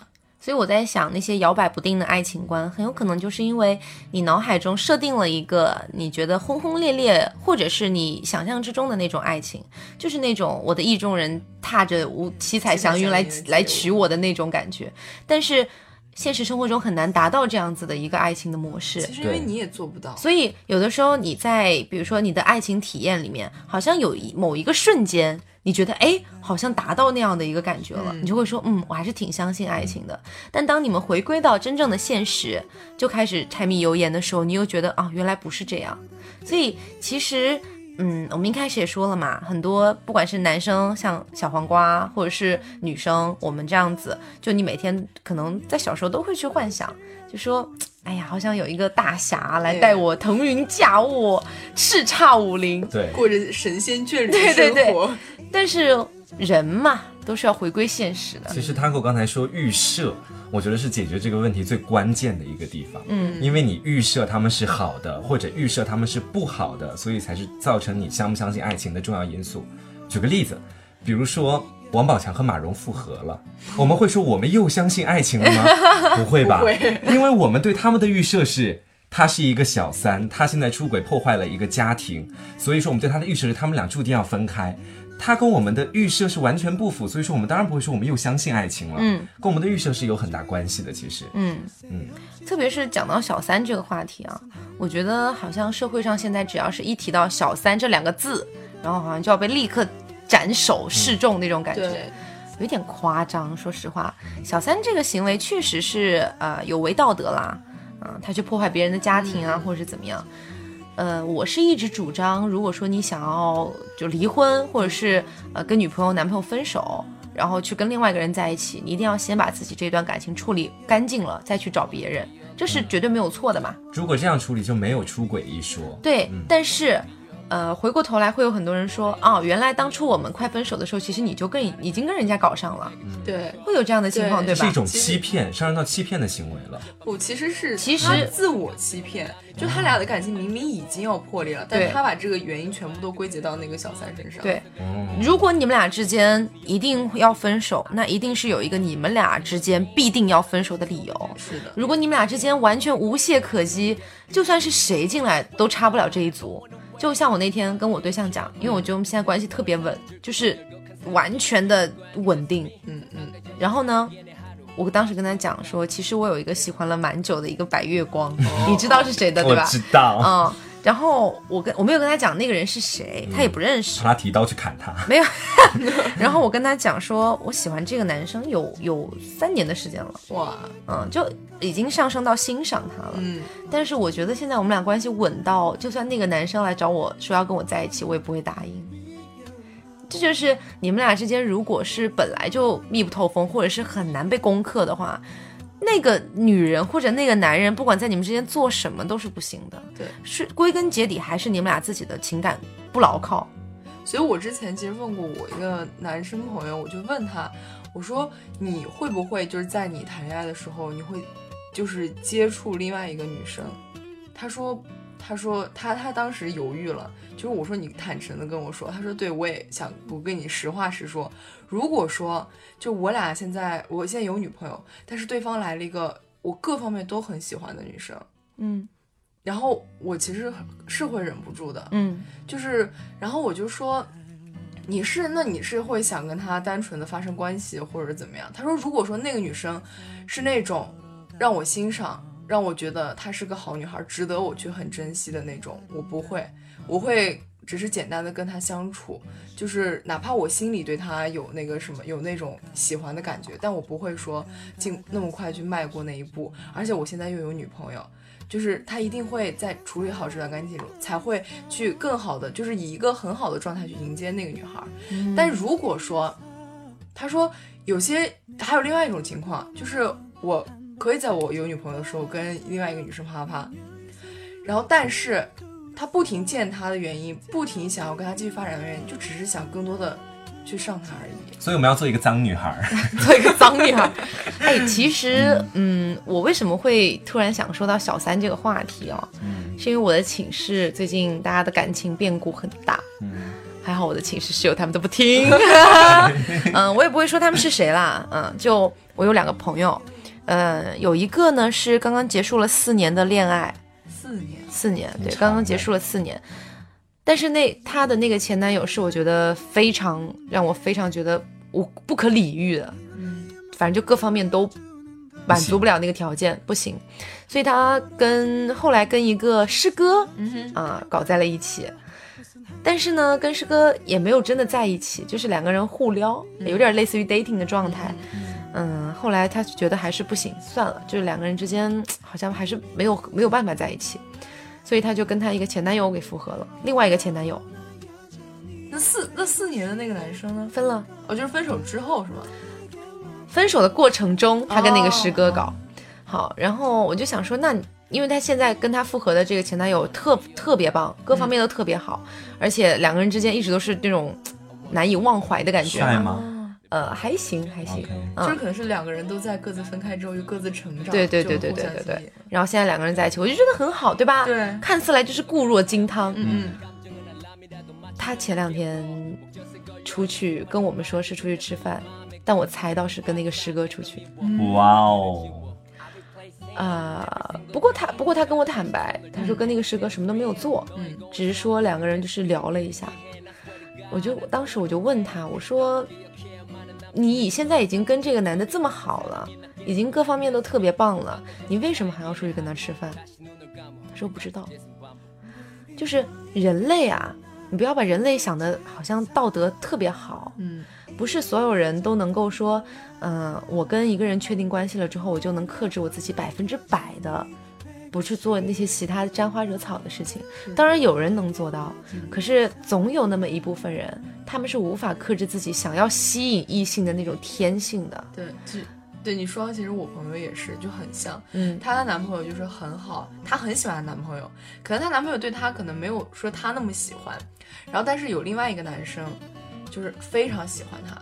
所以我在想，那些摇摆不定的爱情观，很有可能就是因为你脑海中设定了一个你觉得轰轰烈烈，或者是你想象之中的那种爱情，就是那种我的意中人踏着五七彩祥云来七彩祥云来来娶娶我的那种感觉。但是现实生活中很难达到这样子的一个爱情的模式其。实因为对你也做不到，所以有的时候你在比如说你的爱情体验里面，好像有一某一个瞬间，你觉得哎，好像达到那样的一个感觉了，你就会说嗯，我还是挺相信爱情的。但当你们回归到真正的现实，就开始柴米油盐的时候，你又觉得啊，原来不是这样。所以其实。嗯，我们一开始也说了嘛，很多不管是男生像小黄瓜，或者是女生我们这样子，就你每天可能在小时候都会去幻想，就说，哎呀，好想有一个大侠来对带我腾云驾雾，叱咤武林。对，过着神仙眷侣对的对生对活，但是人嘛，都是要回归现实的。其实 Taco 刚才说预设，我觉得是解决这个问题最关键的一个地方。嗯，因为你预设他们是好的，或者预设他们是不好的，所以才是造成你相不相信爱情的重要因素。举个例子，比如说王宝强和马蓉复合了，我们会说我们又相信爱情了吗？不会吧，不会因为我们对他们的预设是。他是一个小三，他现在出轨破坏了一个家庭，所以说我们对他的预设是他们俩注定要分开。他跟我们的预设是完全不符，所以说我们当然不会说我们又相信爱情了。嗯，跟我们的预设是有很大关系的，其实。嗯嗯特别是讲到小三这个话题啊，我觉得好像社会上现在只要是一提到小三这两个字，然后好像就要被立刻斩首示众那种感觉。对，有点夸张，说实话，小三这个行为确实是呃有违道德啦，嗯、他去破坏别人的家庭啊，或者是怎么样。呃，我是一直主张，如果说你想要就离婚，或者是呃跟女朋友、男朋友分手，然后去跟另外一个人在一起，你一定要先把自己这段感情处理干净了，再去找别人，这是绝对没有错的嘛。如果这样处理，就没有出轨一说。对，但是，呃，回过头来会有很多人说，哦，原来当初我们快分手的时候，其实你就跟已经跟人家搞上了，对，会有这样的情况，对对这吧？是一种其实欺骗，上升到欺骗的行为了。不，其实是其实他自我欺骗，就他俩的感情明明已经要破裂了，但对他把这个原因全部都归结到那个小三身上。对，哦，如果你们俩之间一定要分手，那一定是有一个你们俩之间必定要分手的理由。是的，如果你们俩之间完全无懈可击，就算是谁进来都插不了这一足。就像我那天跟我对象讲，因为我觉得我们现在关系特别稳，就是完全的稳定。嗯嗯，然后呢，我当时跟他讲说，其实我有一个喜欢了蛮久的一个白月光，你知道是谁的对 我吧？知道，嗯，然后我跟我没有跟他讲那个人是谁，他也不认识。拿提刀去砍他，没有，然后我跟他讲说，我喜欢这个男生有有三年的时间了，哇，嗯，就已经上升到欣赏他了。嗯，但是我觉得现在我们俩关系稳到，就算那个男生来找我说要跟我在一起，我也不会答应。这就是你们俩之间，如果是本来就密不透风，或者是很难被攻克的话，那个女人或者那个男人，不管在你们之间做什么都是不行的。对，是归根结底还是你们俩自己的情感不牢靠。所以我之前其实问过我一个男生朋友，我就问他，我说你会不会就是在你谈恋爱的时候，你会就是接触另外一个女生？他说，他说他他当时犹豫了，就是我说你坦诚的跟我说，他说对我也想我跟你实话实说，如果说就我俩现在我现在有女朋友，但是对方来了一个我各方面都很喜欢的女生，嗯然后我其实是会忍不住的，嗯，就是，然后我就说，你是那你是会想跟他单纯的发生关系，或者是怎么样？他说，如果说那个女生是那种让我欣赏，让我觉得她是个好女孩，值得我去很珍惜的那种，我不会，我会。只是简单的跟她相处，就是哪怕我心里对她有那个什么，有那种喜欢的感觉，但我不会说进那么快去迈过那一步。而且我现在又有女朋友，就是他一定会在处理好这段关系中，才会去更好的，就是以一个很好的状态去迎接那个女孩儿。但如果说，他说有些还有另外一种情况，就是我可以在我有女朋友的时候跟另外一个女生啪啪啪，然后但是他不停见她的原因，不停想要跟她继续发展的原因，就只是想更多的去上她而已。所以我们要做一个脏女孩。 做一个脏女孩。哎，其实，嗯，我为什么会突然想说到小三这个话题哦？嗯是因为我的寝室最近大家的感情变故很大。嗯还好我的寝室室友他们都不 听，嗯，我也不会说他们是谁啦，嗯，就我有两个朋友，嗯，有一个呢是刚刚结束了四年的恋爱，四年，四年，对，长刚刚的结束了四年。但是那她的那个前男友是我觉得非常让我非常觉得无不可理喻的，嗯反正就各方面都满足不了那个条件，不行。所以她跟后来跟一个师哥，嗯啊、搞在了一起。但是呢，跟师哥也没有真的在一起，就是两个人互撩，有点类似于 dating 的状态。嗯，后来他觉得还是不行，算了，就是两个人之间好像还是没有没有办法在一起，所以他就跟他一个前男友给复合了，另外一个前男友那四那四年的那个男生呢？分了。哦，就是分手之后是吗？分手的过程中，他跟那个师哥哦搞、好，然后我就想说，那你因为他现在跟他复合的这个前男友特特别棒，各方面都特别好，而且两个人之间一直都是那种难以忘怀的感觉嘛。帅吗？哦呃，还行，还行。 OK 就是嗯，可能是两个人都在各自分开之后又各自成长，对对就对对互对相对吸引对。然后现在两个人在一起，我就觉得很好，对嗯吧？对看似来就是固若金汤。嗯嗯，他前两天出去跟我们说是出去吃饭，但我猜到是跟那个师哥出去。嗯哇哦，啊、不过他不过他跟我坦白，他说跟那个师哥什么都没有做，嗯，只是说两个人就是聊了一下。我就我当时我就问他，我说你现在已经跟这个男的这么好了，已经各方面都特别棒了，你为什么还要出去跟他吃饭？他说不知道，就是人类啊，你不要把人类想的好像道德特别好，嗯，不是所有人都能够说，嗯、我跟一个人确定关系了之后，我就能克制我自己百分之百的，不去做那些其他沾花惹草的嗯事情。当然有人能做到，可是总有那么一部分人，他们是无法克制自己想要吸引异性的那种天性的。对，就对你说，其实我朋友也是，就很像。嗯，她的男朋友就是很好，她很喜欢她男朋友，可能她男朋友对她可能没有说她那么喜欢，然后但是有另外一个男生，就是非常喜欢她，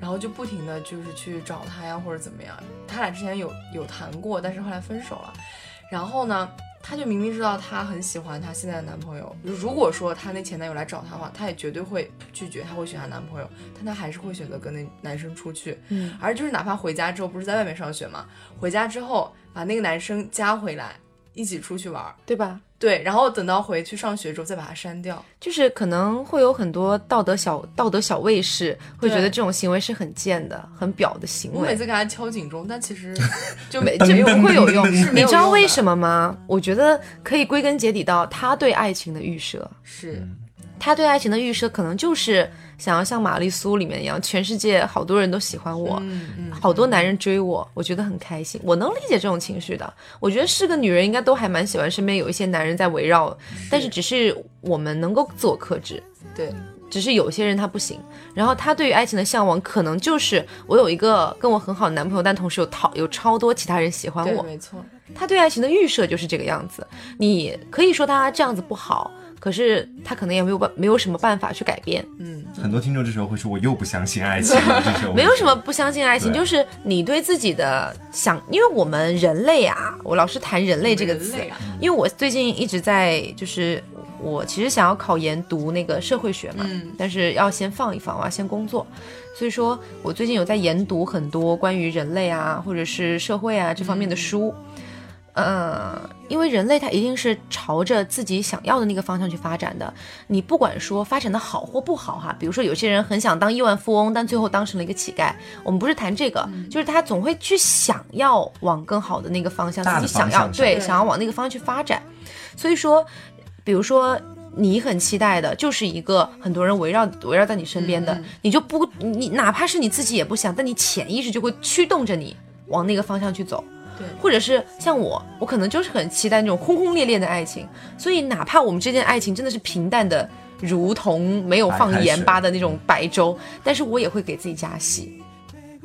然后就不停的就是去找她呀或者怎么样，他俩之前有有谈过，但是后来分手了，然后呢，她就明明知道她很喜欢她现在的男朋友，如果说她那前男友来找她的话，她也绝对会拒绝，她会选她男朋友，但她还是会选择跟那男生出去，嗯，而就是哪怕回家之后不是在外面上学嘛，回家之后把那个男生加回来一起出去玩儿，对吧？对，然后等到回去上学之后再把它删掉。就是可能会有很多道德小道德小卫士会觉得对这种行为是很贱的、很婊的行我每为，次给他敲警钟，但其实 就没没这没有不会有用。是没你有知道用为的什么吗？我觉得可以归根结底到他对爱情的预设，是嗯他对爱情的预设可能就是想要像玛丽苏里面一样，全世界好多人都喜欢我，嗯嗯，好多男人追我，我觉得很开心，我能理解这种情绪的。我觉得是个女人，应该都还蛮喜欢身边有一些男人在围绕，但是只是我们能够自我克制。对，只是有些人他不行，然后他对于爱情的向往可能就是我有一个跟我很好的男朋友，但同时有讨有超多其他人喜欢对，我。没错，他对爱情的预设就是这个样子。你可以说他这样子不好，可是他可能也没有办没有什么办法去改变。嗯，很多听众这时候会说，我又不相信爱情了，这时候没有什么不相信爱情，对就是你对自己的想，因为我们人类啊，我老是谈人类这个词，人类啊因为我最近一直在就是我其实想要考研读那个社会学嘛，嗯但是要先放一放，我要先工作，所以说我最近有在研读很多关于人类啊或者是社会啊这方面的书。呃，因为人类它一定是朝着自己想要的那个方向去发展的。你不管说发展的好或不好哈，比如说有些人很想当亿万富翁，但最后当成了一个乞丐。我们不是谈这个，就是他总会去想要往更好的那个方向，大自的己想方要向上对，对想要往那个方向去发展。所以说，比如说。你很期待的，就是一个很多人围绕围绕在你身边的，嗯嗯你就不你哪怕是你自己也不想，但你潜意识就会驱动着你往那个方向去走。对，或者是像我，我可能就是很期待那种轰轰烈烈的爱情，所以哪怕我们之间爱情真的是平淡的，如同没有放盐巴的那种白粥，但是我也会给自己加戏。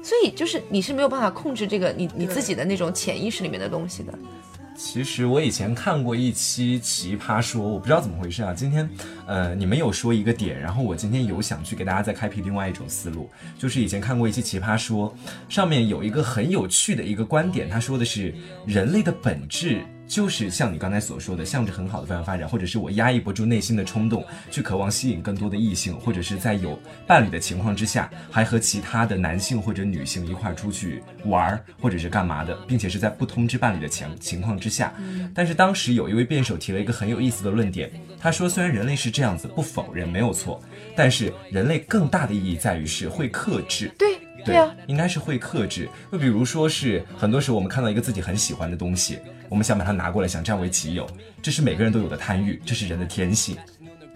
所以就是你是没有办法控制这个你你自己的那种潜意识里面的东西的，其实我以前看过一期《奇葩说》，我不知道怎么回事啊。今天，呃，你们有说一个点，然后我今天有想去给大家再开辟另外一种思路，就是以前看过一期《奇葩说》，上面有一个很有趣的一个观点，他说的是人类的本质。就是像你刚才所说的，向着很好的方向发展，或者是我压抑不住内心的冲动，去渴望吸引更多的异性，或者是在有伴侣的情况之下，还和其他的男性或者女性一块儿出去玩儿，或者是干嘛的，并且是在不通知伴侣的情情况之下。但是当时有一位辩手提了一个很有意思的论点，他说虽然人类是这样子，不否认没有错，但是人类更大的意义在于是会克制。对对啊，，应该是会克制。就比如说是很多时候我们看到一个自己很喜欢的东西，我们想把它拿过来，想占为己有，这是每个人都有的贪欲，这是人的天性。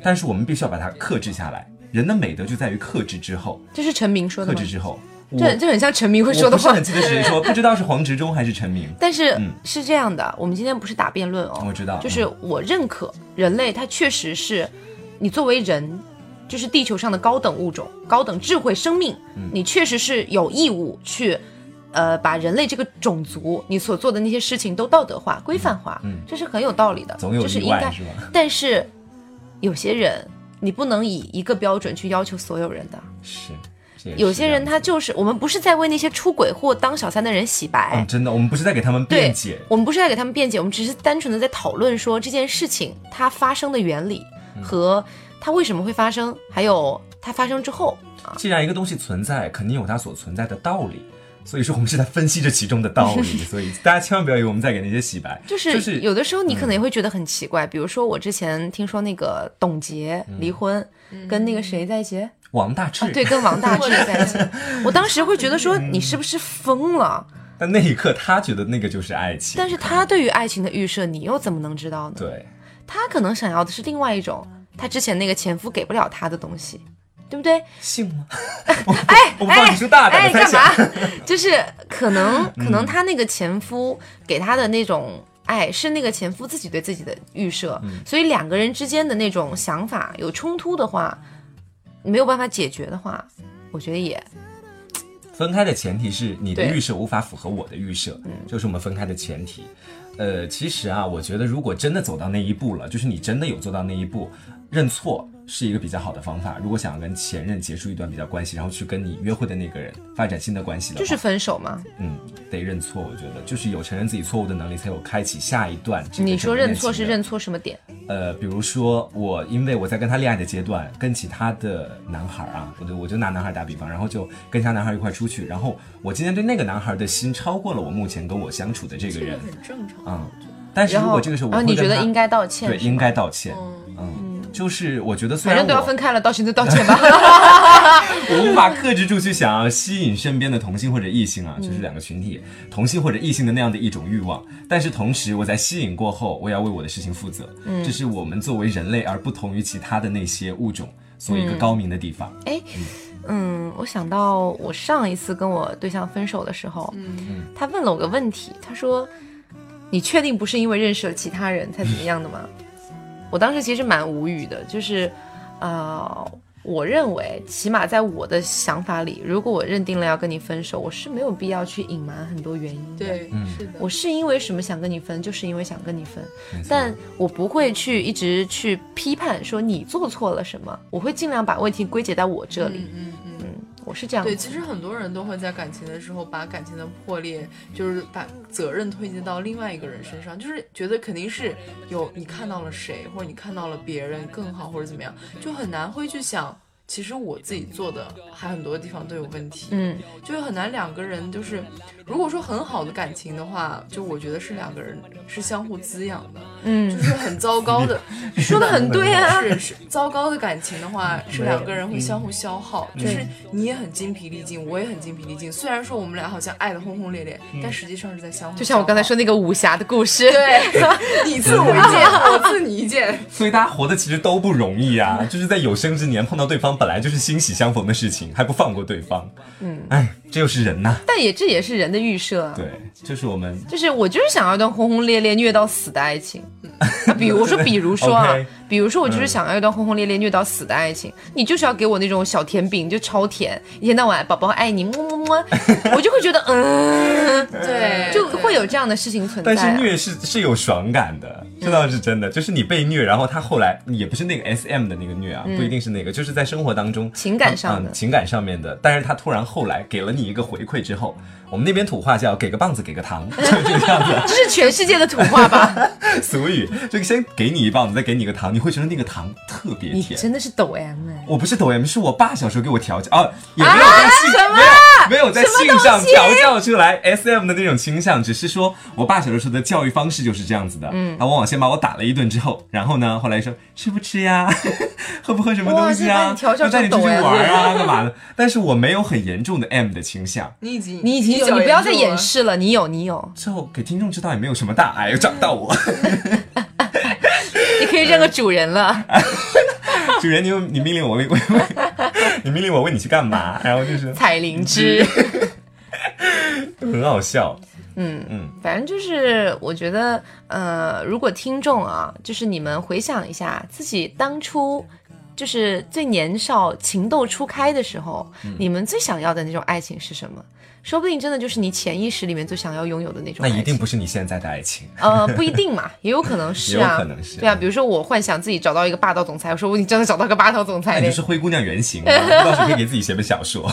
但是我们必须要把它克制下来。人的美德就在于克制之后，这是陈明说的克吗制？之后。我这这很像陈明会我说的不是话很，记得是谁 说，不知道是黄执中还是陈明。但是嗯是这样的，我们今天不是打辩论哦，我知道就是我认可人类，它确实是你作为人，就是地球上的高等物种、高等智慧生命，嗯你确实是有义务去。呃，把人类这个种族你所做的那些事情都道德化、规范化，嗯这是很有道理的，总有这是例应外该是吧但是有些人，你不能以一个标准去要求所有人的。是，这也是有些人这他样子就是，我们不是在为那些出轨或当小三的人洗白，嗯，真的，我们不是在给他们对辩解，我们不是在给他们辩解，我们只是单纯的在讨论说这件事情它发生的原理和嗯它为什么会发生，还有它发生之后啊，既然一个东西存在，肯定有它所存在的道理。所以说，我们是在分析这其中的道理。 所以大家千万不要以为我们在给那些洗白，就是就是嗯有的时候你可能也会觉得很奇怪，比如说我之前听说那个董洁离婚，嗯跟那个谁在一起，王大治、啊对，，跟王 大治在一起，我当时会觉得嗯说你是不是疯了？但那一刻他觉得那个就是爱情，但是他对于爱情的预设，你又怎么能知道呢？对，他可能想要的是另外一种，他之前那个前夫给不了他的东西，对不对？信 吗？哎，我帮你出大胆哎，的猜干想，嘛？就是可能可能她那个前夫给她的那种爱是那个前夫自己对自己的预设，嗯所以两个人之间的那种想法有冲突的话，没有办法解决的话，我觉得也分开的前提是你的对嗯预设无法符合我的预设，就是我们分开的前提。呃，其实啊，我觉得如果真的走到那一步了，就是你真的有做到那一步，认错是一个比较好的方法。如果想要跟前任结束一段比较关系，然后去跟你约会的那个人发展新的关系的话，就是分手嘛。嗯，得认错。我觉得就是有承认自己错误的能力，才有开启下一段这个你整说个恋认错情是的认错什么点？呃，比如说我，因为我在跟他恋爱的阶段，跟其他的男孩啊，我就我就拿男孩打比方，然后就跟其他男孩一块出去，然后我今天对那个男孩的心超过了我目前跟我相处的这个这个人，啊很正常。嗯，但是然如后果这个时候我然会后你觉跟得他应该道歉对是吗应该道歉，嗯嗯，就是我觉得虽反然正都要我分开了，道歉就道 歉吧。我无法克制住去想要吸引身边的同性或者异性啊，嗯就是两个群体，同性或者异性的那样的一种欲望。但是同时，我在吸引过后，我也要为我的事情负责。嗯这是我们作为人类而不同于其他的那些物种所嗯一个高明的地方。哎，嗯，我想到我上一次跟我对象分手的时候，嗯他问了我个问题，他说：“你确定不是因为认识了其他人才怎么样的吗？” 我当时其实蛮无语的，就是，啊、我认为起码在我的想法里，如果我认定了要跟你分手，我是没有必要去隐瞒很多原因的。对，是的，我是因为什么想跟你分，就是因为想跟你分没错，但我不会去一直去批判说你做错了什么，我会尽量把问题归结到我这里。嗯嗯。嗯我是这样子对，的，其实很多人都会在感情的时候把感情的破裂，就是把责任推卸到另外一个人身上，就是觉得肯定是有你看到了谁，或者你看到了别人更好，或者怎么样，就很难会去想，其实我自己做的还很多地方都有问题。嗯，就是很难两个人就是，如果说很好的感情的话，就我觉得是两个人是相互滋养的，嗯就是很糟 糕的，说的很对啊。是是糟糕的感情的话，嗯是两个人会相互消耗，就是你也很精疲力尽，我也很精疲力尽。虽然说我们俩好像爱的轰轰烈烈，但实际上是在相嗯互。就像我刚才，说那个武侠的故事，对， 你刺我一 剑，我刺你一剑，所以大家活的其实都不容易啊，就是在有生之年碰到对方，本来就是欣喜相逢的事情，还不放过对方。嗯，哎，这就是人呐、但也这也是人的预设啊。对，就是我们就是我就是想要一段轰轰烈烈虐到死的爱情，啊比如 说比如说啊 OK，比如说我就是想要一段轰轰烈烈虐到死的爱情，你就是要给我那种小甜饼就超甜，一天到晚宝宝爱你么么 么，我就会觉得嗯，对，就会有这样的事情存在但啊。嗯是虐是是有爽感的，这倒是真的。就是你被虐，然后他后来也不是那个 S M 的那个虐啊，不一定是那个，就是在生活当中嗯情感上嗯的嗯情感上面的。但是他突然后来给了你一个回馈之后，我们那边土话叫给个棒子给 个糖，就是这个样子。这是全世界的土话吧？ 俗语，这个先给你一棒子，再给你一个糖，你会觉得那个糖特 别你甜。真的是抖 M 哎。我不是抖 M，是我爸小时候给我调教啊，也没有在性、 没有没有在性上调教出来 S M 的那种倾向，只是说我爸小时候的教育方式就是这样子的。嗯，他往往先把我打了一顿之后，然后呢，后来说吃不吃呀， 喝不喝什么东哇这西把啊，你调教要带你出成去抖 M 玩啊，干嘛的？但是我没有很严重的 M 的倾向，你已经你已经有，脚你不要再住了掩。饰了，你有你有，之后给听众知道也没有什么大碍，又找不 到我。你可以认个主人了。主人，你有你命令我为为为，你命令我为你去干嘛？然后就是彩灵芝。很好笑。嗯嗯反正就是，我觉得，呃，如果听众啊，就是你们回想一下自己当初，就是最年少情窦初开的时候，嗯你们最想要的那种爱情是什么？说不定真的就是你潜意识里面最想要拥有的那种那爱情。一定不是你现在的爱情。啊 呃，不一定嘛，也有可能是啊，也有可能是对啊。比如说我幻想自己找到一个霸道总裁，我说我你真的找到个霸道总裁那嘞哎你就，是灰姑娘原型啊嘛，到时候可以给自己写本小说。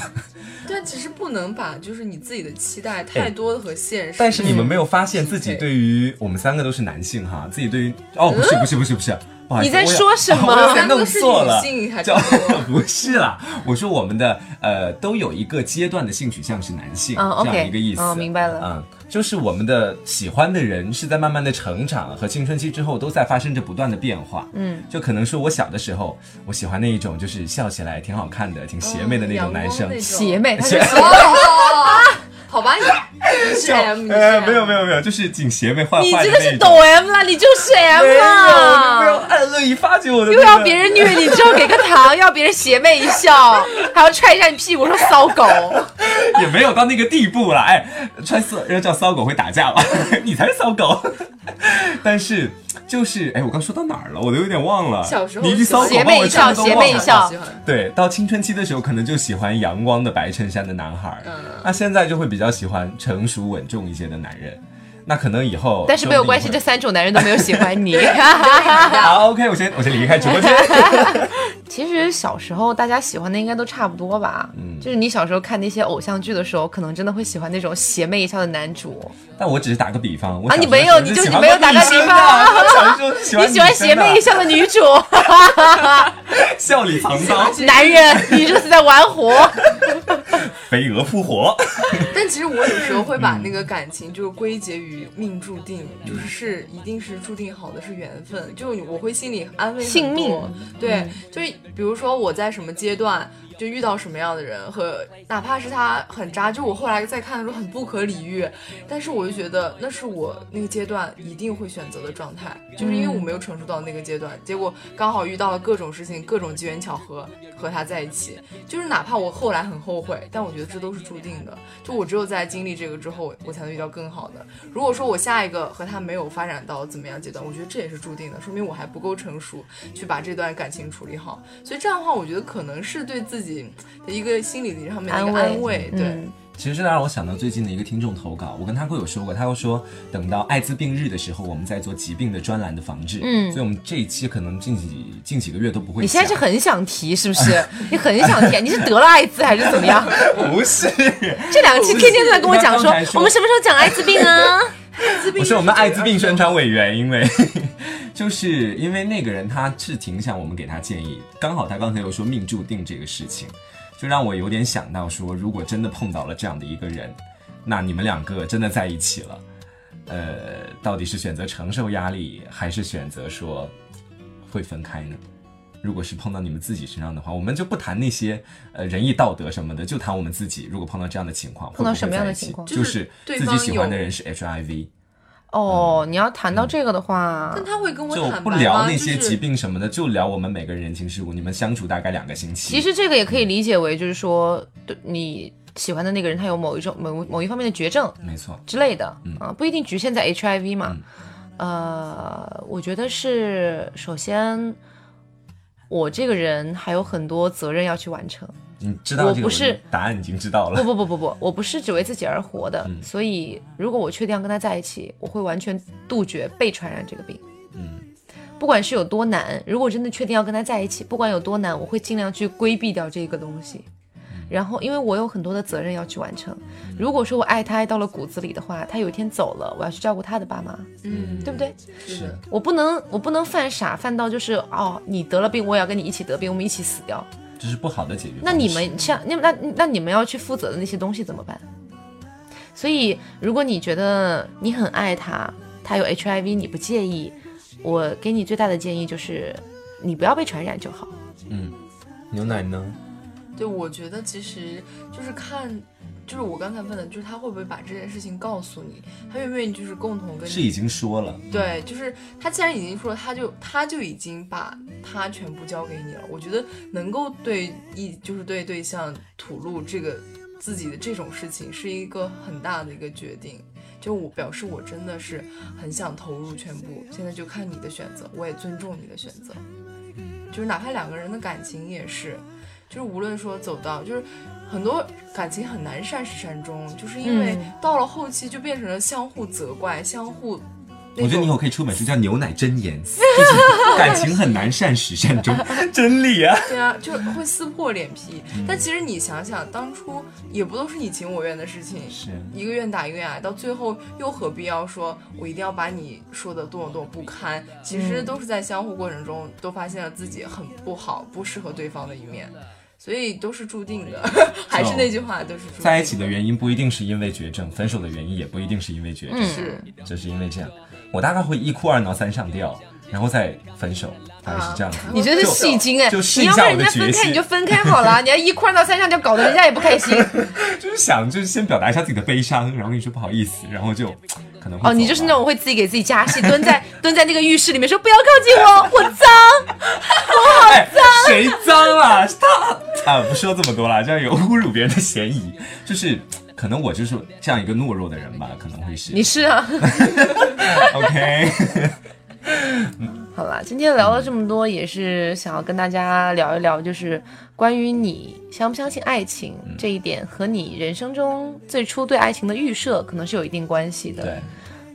但其实不能把就是你自己的期待太多和现实。但是你们没有发现自己对于我们三个都是男性哈，自己对于哦不是不是不是不是，不好意思，你在我有说什么 我有点弄错了三个是女性还，叫差不 多不是啦，我说我们的呃都有一个阶段的性取向是男性，嗯这样，OK，一个意思，嗯明白了嗯。就是我们的喜欢的人是在慢慢的成长和青春期之后都在发生着不断的变化，嗯，就可能说我小的时候我喜欢那一种就是笑起来挺好看的、挺邪魅的那种阳光男生，那 种邪魅， 他是邪哦， 好吧，你你是 M，你是呃，没有没有，有没有，就是挺邪魅坏坏你那真一的种。是抖 M 啦，你就是 M 没有，啦，我就没有暗恶意发掘我的、那啊又个。要别人虐你，之后给个糖，要别人邪魅一 笑，还要踹一下你屁股说骚狗。也没有到那个地步啦。哎，穿骚要叫骚狗会打架吧？ 你才是骚狗。 但是就是哎，我刚说到哪儿了？我都有点忘了。小时候你一句骚狗邪把魅我一笑全部都邪忘魅一了笑喜欢对，到青春期的时候，可能就喜欢阳光的白衬衫的男孩儿，嗯那现在就会比较喜欢成熟稳重一些的男人。那可能以后，但是没有关系，这三种男人都没有喜欢 你。好啊 OK，我先我先离开直播间。其实小时候大家喜欢的应该都差不多吧，嗯就是你小时候看那些偶像剧的时候，可能真的会喜欢那种邪魅一笑的男主。但我只是打个比方，我啊小你时候没有是你就喜你欢没有过打女个比生的方 我小时候是喜 欢你喜欢女生邪魅的一笑的女主， 笑里藏刀， 男人，你这是在玩火。飞蛾扑火。但其实我有时候会把那个感情就是归结于命注定，就是是一定是注定好的，是缘分。就我会心里安慰很多信命，嗯对，就是比如说我在什么阶段。就遇到什么样的人和哪怕是他很渣，就我后来再看的时候很不可理喻，但是我就觉得那是我那个阶段一定会选择的状态，就是因为我没有成熟到那个阶段，结果刚好遇到了各种事情，各种机缘巧合和他在一起，就是哪怕我后来很后悔，但我觉得这都是注定的，就我只有在经历这个之后，我才能遇到更好的。如果说我下一个和他没有发展到怎么样阶段，我觉得这也是注定的，说明我还不够成熟去把这段感情处理好，所以这样的话，我觉得可能是对自己。的一个心理上面的一个安慰，对。嗯其实这让我想到最近的一个听众投稿，我跟他会有说过，他又说等到艾滋病日的时候，我们再做疾病的专栏的防治。嗯，所以我们这一期可能近几近几个月都不会讲。你现在是很想提是不 是？你很想提，你是得了艾滋还是怎么样？不是，这两期天天都在跟我讲说，我刚才说我们什么时候讲艾滋病啊？不哦是我们艾滋病宣传委员，因为 就是因为那个人他是挺想我们给他建议，刚好他刚才又说命注定这个事情，就让我有点想到说，如果真的碰到了这样的一个人，那你们两个真的在一起了，呃，到底是选择承受压力，还是选择说会分开呢？如果是碰到你们自己身上的话，我们就不谈那些呃仁义道德什么的，就谈我们自己。如果碰到这样的情况，碰到会不会什么样的在一起情况就就是是对自己方喜欢的有人是 HIV，哦，你要谈到这个的话但，他会跟我啊就坦不白聊啊吗？那就些是疾病什么的，就聊我们每个人人情世故。你们相处大概两个星期，其实这个也可以理解为就是说，对你喜欢的那个人他有某一种某某一方面的绝症没错，之类的啊，不一定局限在 HIV 嘛。呃，我觉得是首先。我这个人还有很多责任要去完成，你知道我这个不是答案已经知道不了。不不不不，我不是只为自己而活的，所以如果我确定要跟他在一起，我会完全杜绝被传染这个病。嗯，不管是有多难，如果真的确定要跟他在一起，不管有多难，我会尽量去规避掉这个东西。然后，因为我有很多的责任要去完成。如果说我爱他爱到了骨子里的话，他有一天走了，我要去照顾他的爸妈，嗯，对不对？是的我不能，我不能犯傻，犯到就是哦，你得了病，我也要跟你一起得病，我们一起死掉。这是不好的解决方式。那你们像那那那你们要去负责的那些东西怎么办？所以，如果你觉得你很爱他，他有 HIV 你不介意，我给你最大的建议就是，你不要被传染就好。牛奶呢？对，我觉得其实就是看，就是我刚才问的，就是他会不会把这件事情告诉你，他愿不愿意就是共同跟是你。已经说了，对，就是他既然已经说了，他就他就已经把他全部交给你了。我觉得能够对一就是对对象吐露这个自己的这种事情，是一个很大的一个决定。就我表示，我真的是很想投入全部，现在就看你的选择，我也尊重你的选择。就是哪怕两个人的感情也是，就是无论说走到，就是很多感情很难善始善终，就是因为嗯到了后期就变成了相互责怪，相互那种。我觉得你以后可以出本书叫《牛奶真言》， 就是感情很难善始善终， 真理啊。对啊，就会撕破脸皮。但其实你想想，当初也不都是你情我愿的事情，是一个愿打一个愿挨，到最后又何必要说我一定要把你说的多么多么不堪？其实都是在相互过程中都发现了自己很不好、不适合对方的一面，所以都是注定的。 还是那句话，都是注定在一起的原因不一定是因为绝症，分手的原因也不一定是因为绝嗯症。是就是因为这样，我大概会一哭二闹三上吊，然后再分手，大概是这样子。啊你真是就戏精哎！就你试一要下跟我人家分的决开，心你就分开好 了，你要一哭二闹三上吊，搞得人家也不开心。就是想就是先表达一下自己的悲伤，然后你说不好意思，然后就可能会哦，你就是那种种会自己给自己加戏，蹲在蹲在那个浴室里面说不要靠近我，我脏。哎，谁脏啊？ 是他啊，不说这么多啦，这样有侮辱别人的嫌疑。就是可能我就是这样一个懦弱的人吧，可能会是你是啊。 OK。好啦，今天聊了这么多，也是想要跟大家聊一聊，就是关于你相不相信爱情嗯这一点，和你人生中最初对爱情的预设，可能是有一定关系的。 对，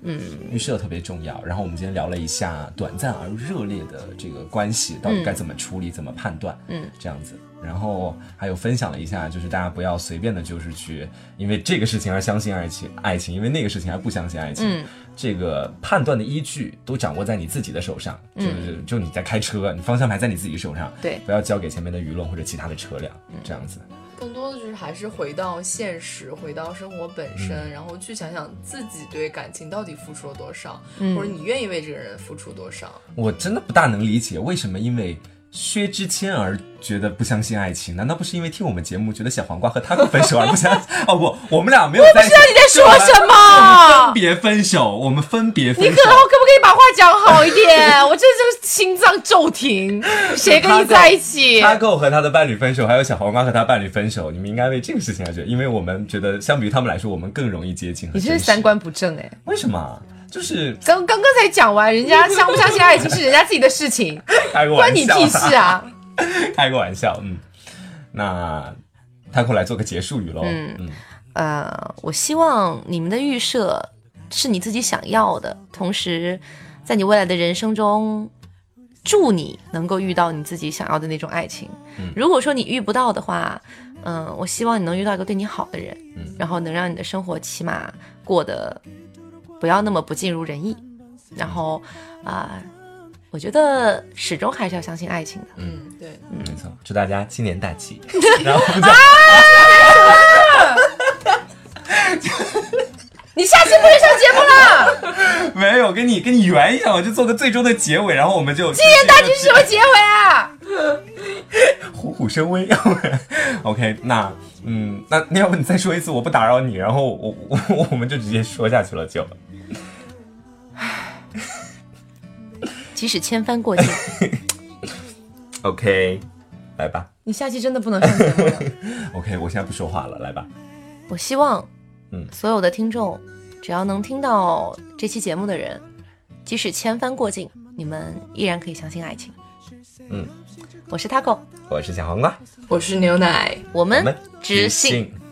嗯，预设特别重要。然后我们今天聊了一下短暂而热烈的这个关系到底嗯该怎么处理、怎么判断，嗯，这样子。然后还有分享了一下，就是大家不要随便的，就是去因为这个事情而相信爱情，爱情因为那个事情而不相信爱情。这个判断的依据都掌握在你自己的手上，就是就你在开车，你方向盘在你自己手上，对不要交给前面的舆论或者其他的车辆，这样子。更多的就是还是回到现实，回到生活本身，然后去想想自己对感情到底付出了多少，或者你愿意为这个人付出多少。我真的不大能理解为什么因为薛之谦而觉得不相信爱情，难道不是因为听我们节目觉得小黄瓜和他们分手而不相信？哦不，我们俩没有在一起。你在说 什我们么分？别分手，我们分别分你手。可我可不可以把话讲好一点？我这就是心脏骤停，谁跟你在一起？ 他跟我和他的伴侣分手，还有小黄瓜和他伴侣分手，你们应该为这个事情而觉得，因为我们觉得相比于他们来说，我们更容易接近和你这真是实三观不正哎、为什么啊？就是刚刚刚才讲完，人家相不相信爱情是人家自己的事情， 开个关玩你笑，屁事！啊！开个玩笑，嗯。那他过来做个结束语喽，嗯嗯嗯呃，我希望你们的预设是你自己想要的，同时在你未来的人生中，祝你能够遇到你自己想要的那种爱情。嗯如果说你遇不到的话，嗯、我希望你能遇到一个对你好的人，嗯然后能让你的生活起码过得不要那么不尽如人意。然后啊、我觉得始终还是要相信爱情的。嗯， 对，没错，祝大家新年大吉。然后我们就你下期不许上节目啊了。 没有跟你跟你圆一下，我就做个最终的结尾，然后我们就新今天大剧是什么结尾啊？虎虎生威。OK，那嗯，那那要不你再说一次，我不打扰你，然后我我我我们就直接说下去了就。 即使千帆过尽， OK，来吧。 你下期真的不能上节目了。 OK，我现在不说话了，来吧。我希望，嗯所有的听众，只要能听到这期节目的人，即使千帆过尽，你们依然可以相信爱情。嗯，我是 Taco，我是小黄瓜，我是牛奶。我我们们知性。知性